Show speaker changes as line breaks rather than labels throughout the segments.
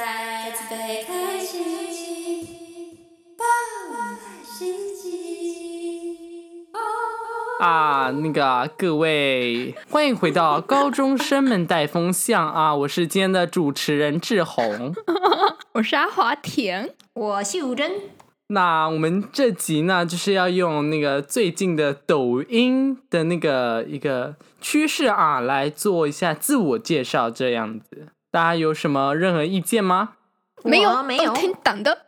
再次被开启，爆满心机。
啊，那个啊各位，欢迎回到高中生们带风向啊！ 我是今天的主持人志宏。
我是阿华田，
我是吴
啊
真，
那我们这集呢，就是要用那个最近的抖音的那个一个趋势啊，来做一下自我介绍，这样子。大家有什么任何意见吗？
没有
我没有
都听党的，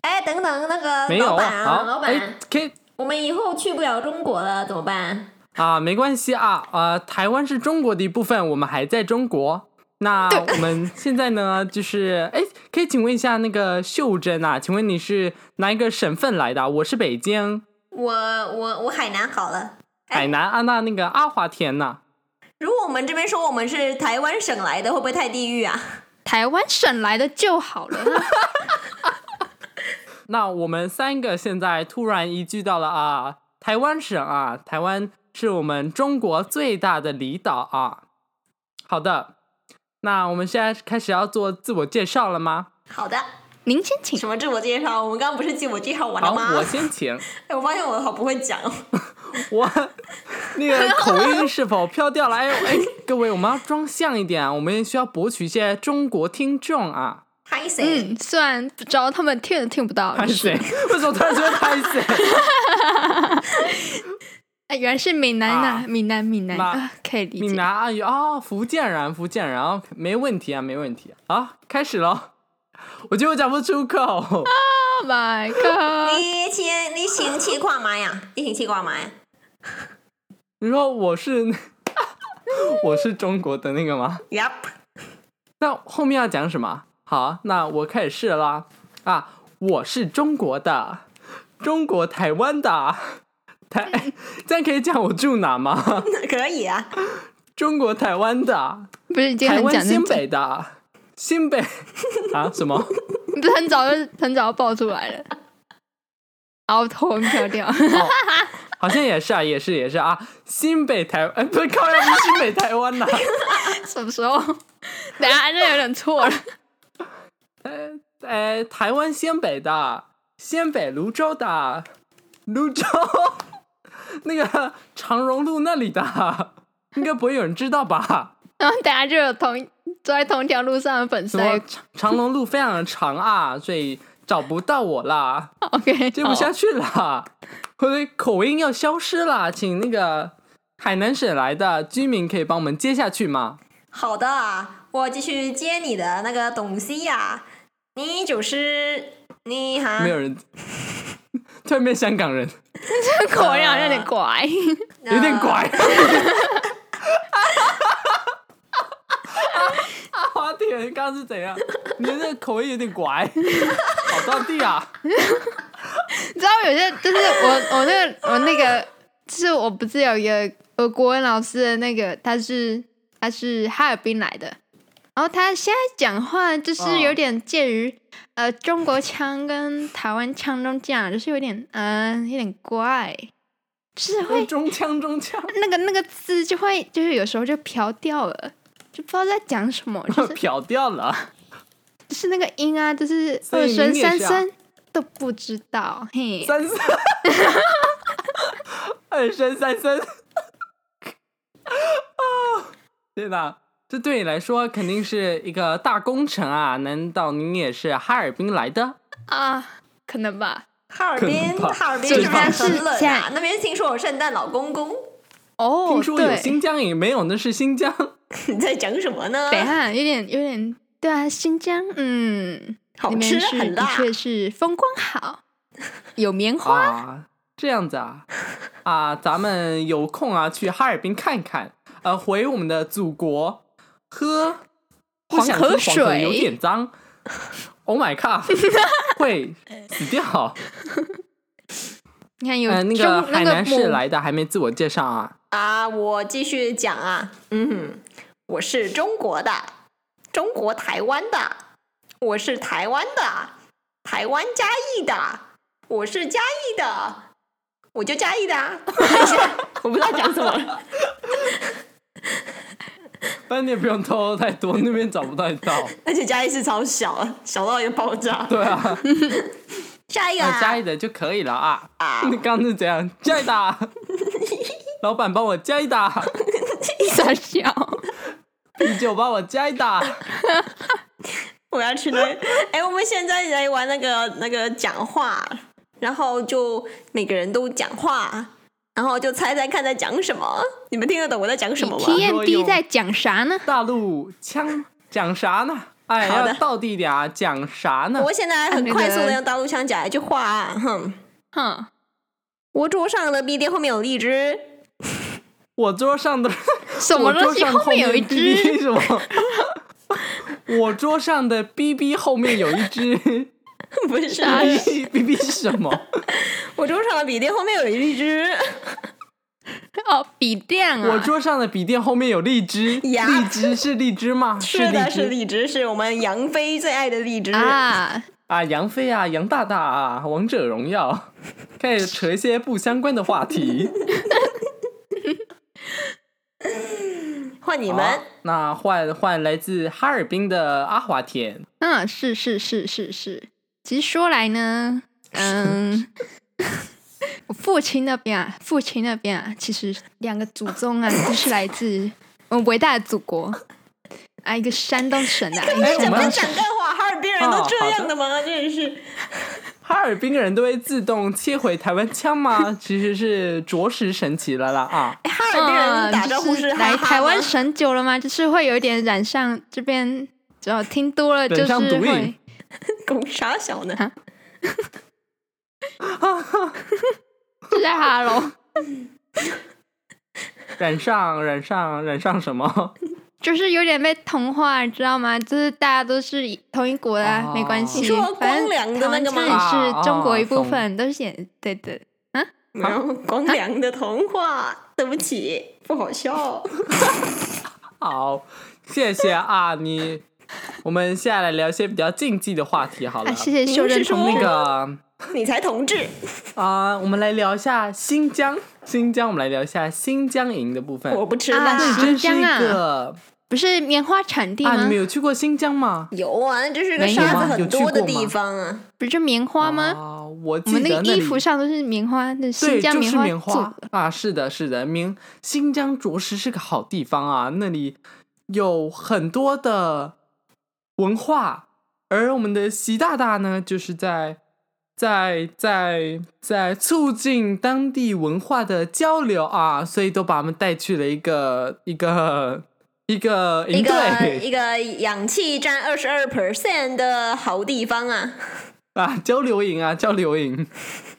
哎，等等，那个
没有
老板
啊，
啊，
好，
老
哎
板，，
可以
我们以后去不了中国了，怎么办？
啊，没关系啊，呃，台湾是中国的一部分，我们还在中国。那我们现在呢，就是哎，可以请问一下那个秀珍啊，请问你是哪一个省份来的啊？我是北京、
我我我海南好了。哎
海南啊，那那个阿华田呐、
如果我们这边说我们是台湾省来的，会不会太地域啊？
台湾省来的就好了。
那我们三个现在突然移居到了啊台湾省啊，台湾是我们中国最大的离岛啊。好的，那我们现在开始要做自我介绍了吗？
好的，
您先请。
什么自我介绍？我们刚刚不是自我介绍完了
好，
吗？
我先请。
哎，我发现我好不会讲哦。
我那个口音是否飘掉了？哎哎，各位，我们要装像一点啊，我们也需要博取一些中国听众啊。
嗨谁？
嗯，虽然不知道他们听都听不到，
拍
就
谁？
是
为什么突然觉得拍谁？
哎，原来是闽南
啊
呐，闽南闽南
那
啊，可以理
闽
解。
南阿姨哦，福建人，福建人哦，没问题啊，没问题啊。好，开始喽。我觉得我讲不出口。
Oh my
嗯
god！
你请你请气挂嘛呀？你请气挂嘛呀？
你说我是 我是中国的那个吗？
Yup，
那后面要讲什么？好，那我开始试了啊啊！我是中国的，中国台湾的，台 这样可以讲我住哪吗？
可以啊。
中国台湾 的，
不是已经
台
很讲
湾新
究，
北的，新北啊什么？
你不是很早就很早就爆出来了， 然后头文飘掉。
哦，好像也是啊，也是也是啊，新北台哎不是靠要不是新北台湾呐、
什么时 候？等一下这有点错了。
呃呃，台湾先北的，先北泸州的，泸州 那个长荣路那里的，应该不会有人知道吧？
然后等一下就有同走在同一条路上的粉丝
什
在
么长长荣路非常的长啊，所以找不到我啦，
，OK，
接不下去啦，我的口音要消失啦，请那个海南省来的居民可以帮我们接下去吗？
好的啊，我继续接你的那个东西呀、你就是你哈
没，有人， 突然变香港人，
这口音好像有点怪。
呃
有点。
啊
拐。阿华田刚刚是怎样？你的那个口音有点拐，好到地啊！
你知道有些就是我 我那个我那个就是我不是有一个我国文老师的那个他是他是哈尔滨来的，然后他现在讲话
嗯
就是有点介于、呃中国腔跟台湾腔中间，啊就是有点嗯、呃、有点怪，就是会
中枪中枪，
那个那个字就会就是有时候就飘掉了。就不知道在讲 什么，就是
漂掉了。
就是那个音啊，就是
所以
二声、
您也是啊
三声都不知道，嘿，
三声，二声三声，啊！天哪，这对你来说肯定是一个大工程啊！难道您也是哈尔滨来的？
啊，可能吧。
哈尔
可
滨，
能吧
哈尔滨
这
那边
方
很冷
是
啊
在，
那边听说有圣诞老公公，
哦，
听说有
对
新疆也没有，那是新疆。
你在讲什么呢？
北汉有点有点，对啊，新疆，嗯，
好
那
吃
边是
很
的
辣，
确是风光 好，有棉花，
啊，这样子啊，啊，咱们有空啊去哈尔滨看看，呃，回我们的祖国喝
黄
想
河
喝黄河
水
有点脏，Oh my god，会死掉。
你看有
呃，那
中
个海南市
母
来的还没自我介绍啊，
啊，我继续讲啊，嗯，我是中国的，中国台湾的，我是台湾的，台湾嘉义的，我是嘉义的，我就 嘉义的啊。等一下，我不知道讲什么了。
但你也不用透露太多，那边找不太到。
而且嘉义市超小啊，小到一个爆炸。
对啊，
下一个、
那
啊，
嘉义的就可以了啊。
啊
你刚刚是怎样？加一打，老板帮我加一打，
傻笑，
啤酒帮我加一打。
我要去那个，哎、我们现在来玩那个那个讲话，然后就每个人都讲话，然后就猜猜看在讲什么。你们听得懂我在讲什么吗？
？TMD 在讲啥呢？
大陆腔讲啥呢？哎，
好的
要到地点啊，讲啥呢
我？现
啊
在很快速的用大陆腔讲一句话、啊，哼，
哼，
我桌上的冰店后面有荔枝，
我桌上的
什么东 西
我桌上后
面有一只？
BB 什么？ 我桌上的 BB 后面有一只
不是，啊
嗯 BB，BB 是什么？
我桌上的笔电后面有一荔枝，
哦，笔电啊，
我桌上的笔电后面有荔枝，
呀
荔枝是荔枝吗？
是的，是
荔枝
荔枝，是我们杨飞最爱的荔枝。
啊，
啊，杨飞啊，杨大大啊，王者荣耀， 开始扯一些不相关的话题。
换 你
你
们，
那换换来自哈尔滨的阿华田，
嗯，是是是是是。其实说来呢，嗯， 我父亲那边啊，父亲那边啊，其实两个祖宗啊，都是来自我们伟大的祖国啊，一个山东省的、啊，一
哎
个
怎
我
山
么
们
东
讲干话？哈尔滨人都这样的吗？真的是。
哈尔滨人都会自动切回台湾腔 吗？其实是着实神奇了啦啊！
哎哈尔滨人打招呼
嗯就是
是哈哈
来
吗
台湾省久了嘛，就是会有一点染上这边，只要听多了就是
染上毒
会
瘾。
拱啥小呢？
是在哈喽，
染上染上染上什么？
就是有点被同化，你知道吗？就是大家都是一同一国的啊、
哦
没关系。
你说
反正
光良的那个吗
台湾真的
啊
是中国一
哦
部分，都是演对对。
然后光良的童话，对不起，不好笑。
好，谢谢啊你。我们现在来聊一些比较禁忌的话题好了。
啊，谢谢修正同
从
您
那
是
个
说
啊、
你才同志，
我们来聊一下新疆，新疆，我们来聊一下新疆营的部分。
我不吃
啊
辣。
真是一
新疆啊
个
不是棉花产地
啊，你
吗
们？有去过新疆吗？
有啊，那这是个
没有
沙
啊
子很多的
有去过吗
地方啊。
不是棉花吗？
啊，我
我
记
们
得
那
那
个衣
里
服上都是棉花，那
对，
新疆
就是
花
棉
做
花啊，是的，是的，明新疆着实是个好地方啊，那里有很多的文化，而我们的习大大呢，就是在在在在促进当地文化的交流啊，所以都把我们带去了一个一个一个
一
营
个一
队
个氧气占二十二 percent 的好地方啊！
啊，交流营啊，交流营，
啊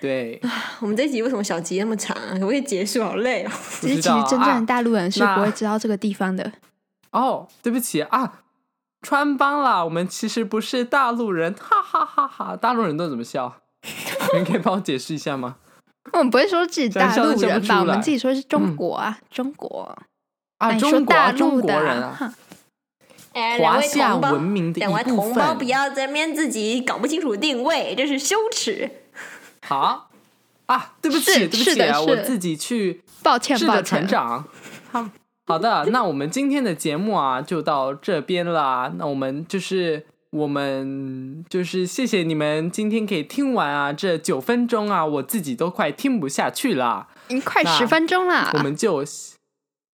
对。
我们这集为什么小集那么长啊？可不可以结束？好累哦。
不
其实
知
其
道
实
啊
真正的大陆人是
那
不会知道这个地方的。
哦，对不起啊，穿帮啦！我们其实不是大陆人，哈哈哈哈！大陆人都怎么笑？ 你们可以帮我解释一下吗？
我们不会说自己
想
大
笑都
陆
笑不
人
出
吧？我
来
们自己说是中
嗯
国啊，中国。那
啊，
哎你说
中国啊
大
中
陆
国
的
人啊，
哈
哎，两
华
位
夏
同胞
文，明的一
两位
部
同胞
分
不。要在面自己搞不清楚定位，这是羞耻。
好啊，对不起，
是
对不
是
起
的
啊，我
是
自己去
抱歉
是
抱
的，
歉
船。长。好好的，那我们今天的节目啊，就到这边啦。那我们就是我们就是谢谢你们今天可以听完啊，这九分钟啊，我自己都快听不下去啦。
已经快
那
十分钟了啊
我，们就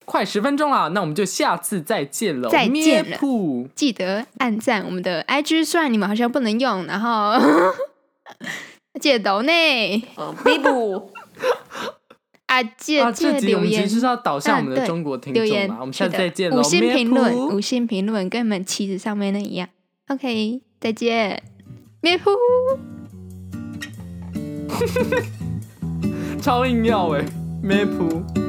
快十分钟了，那我们就下次再见喽，
再见
咩
了
噗
记得按赞我们的 IG，虽然你们好像不能用，然后 借抖内
呃，b 布，
啊借
啊，
借
这集我
留
们其
言
实是要导向我们
嗯
的
对
中国听
留
众
言
啦。，我们
是
下次
的
再见喽，
五星
咩
评论，
噗
五星评论跟你们旗子上面的一样。OK，再见，咩噗。
欸超硬要哎、咩噗。